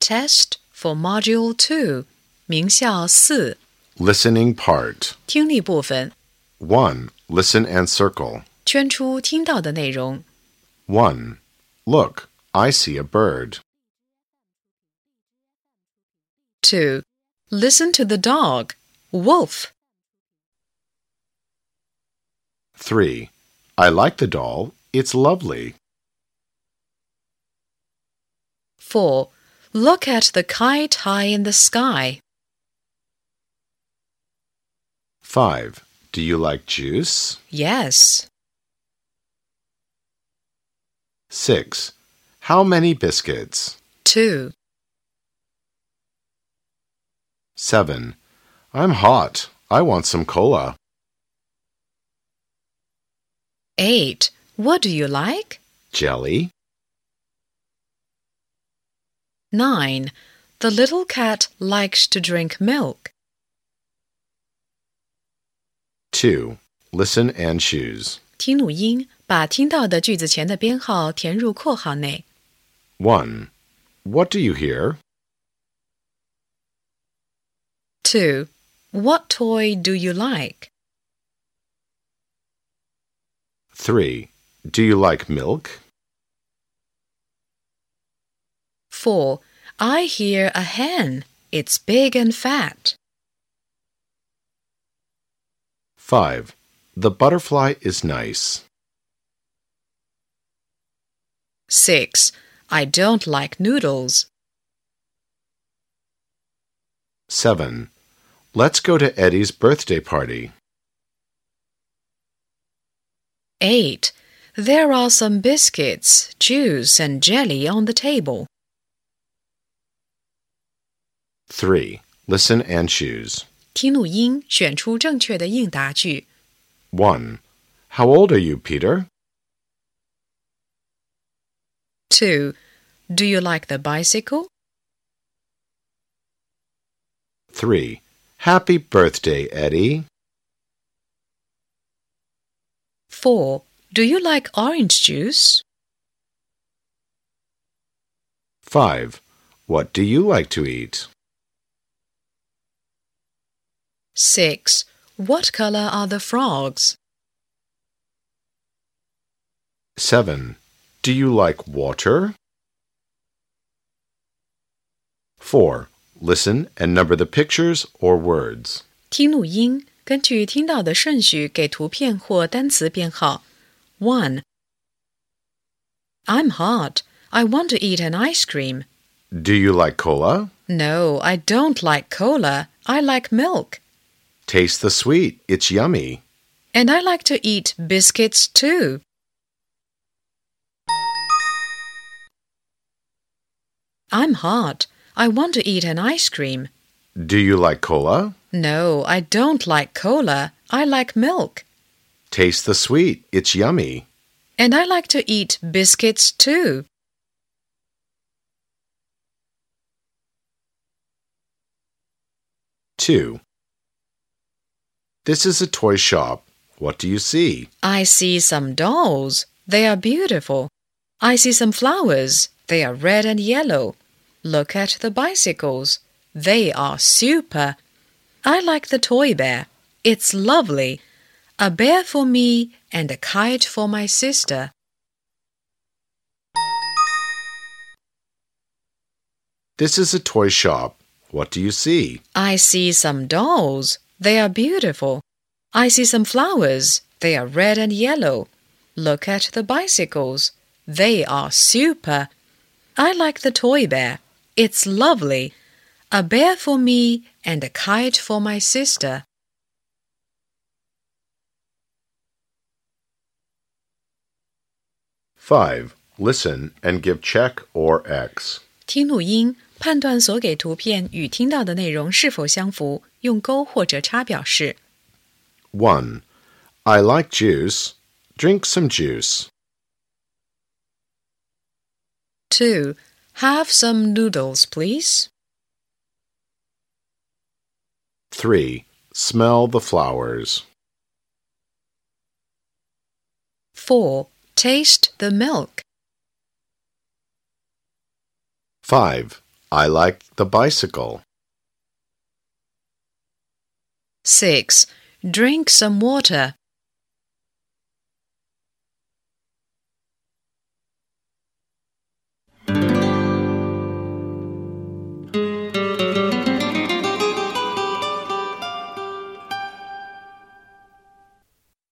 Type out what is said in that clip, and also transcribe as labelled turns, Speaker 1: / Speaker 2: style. Speaker 1: test for Module 2, 名校四
Speaker 2: Listening part.
Speaker 1: 听力部分，
Speaker 2: 1. Listen and circle.
Speaker 1: 圈出听到的内容。
Speaker 2: 1. Look, I see a bird.
Speaker 1: 2. Listen to the dog, wolf.
Speaker 2: 3. I like the doll. It's lovely.
Speaker 1: 4. Look at the kite high in the sky.
Speaker 2: 5. Do you like juice?
Speaker 1: Yes.
Speaker 2: 6. How many biscuits?
Speaker 1: 2.
Speaker 2: 7. I'm hot. I want some cola.
Speaker 1: 8. What do you like?
Speaker 2: Jelly?
Speaker 1: 9. The little cat likes to drink milk.
Speaker 2: 2. Listen and choose.
Speaker 1: 听录音，把听到的句子前的编号填入括号内。
Speaker 2: 1. What do you hear?
Speaker 1: 2. What toy do you like?
Speaker 2: 3. Do you like milk?
Speaker 1: 4. I hear a hen. It's big and fat.
Speaker 2: 5. The butterfly is nice.
Speaker 1: 6. I don't like noodles.
Speaker 2: 7. Let's go to Eddie's birthday party.
Speaker 1: 8. There are some biscuits, juice, and jelly on the table.
Speaker 2: 3. Listen and choose.
Speaker 1: 听录音，选出正确的应答句。
Speaker 2: 1. How old are you, Peter?
Speaker 1: 2. Do you like the bicycle?
Speaker 2: 3. Happy birthday, Eddie.
Speaker 1: 4. Do you like orange juice?
Speaker 2: 5. What do you like to eat?
Speaker 1: 6. What color are the frogs?
Speaker 2: 7. Do you like water? 4. Listen and number the pictures or words.
Speaker 1: 听录音，根据听到的顺序给图片或单词编号。One. I'm hot. I want to eat an ice cream.
Speaker 2: Do you like cola?
Speaker 1: No, I don't like cola. I like milk.
Speaker 2: Taste the sweet. It's yummy.
Speaker 1: And I like to eat biscuits too. I'm hot. I want to eat an ice cream.
Speaker 2: Do you like cola?
Speaker 1: No, I don't like cola. I like milk.
Speaker 2: Taste the sweet. It's yummy.
Speaker 1: And I like to eat biscuits too.
Speaker 2: Two. This is a toy shop. What do you see?
Speaker 1: I see some dolls. They are beautiful. I see some flowers. They are red and yellow. Look at the bicycles. They are super. I like the toy bear. It's lovely. A bear for me and a kite for my sister.
Speaker 2: This is a toy shop. What do you see?
Speaker 1: I see some dolls. They are beautiful. I see some flowers. They are red and yellow. Look at the bicycles. They are super. I like the toy bear. It's lovely. A bear for me and a kite for my sister.
Speaker 2: Five. Listen and give check or X.
Speaker 1: 听录音，判断所给图片与听到的内容是否相符，用勾或者叉表示。
Speaker 2: 1. I like juice. Drink some juice.
Speaker 1: 2. Have some noodles, please.
Speaker 2: 3. Smell the flowers.
Speaker 1: 4. Taste the milk.
Speaker 2: 5. I like the bicycle.
Speaker 1: 6. Drink some water.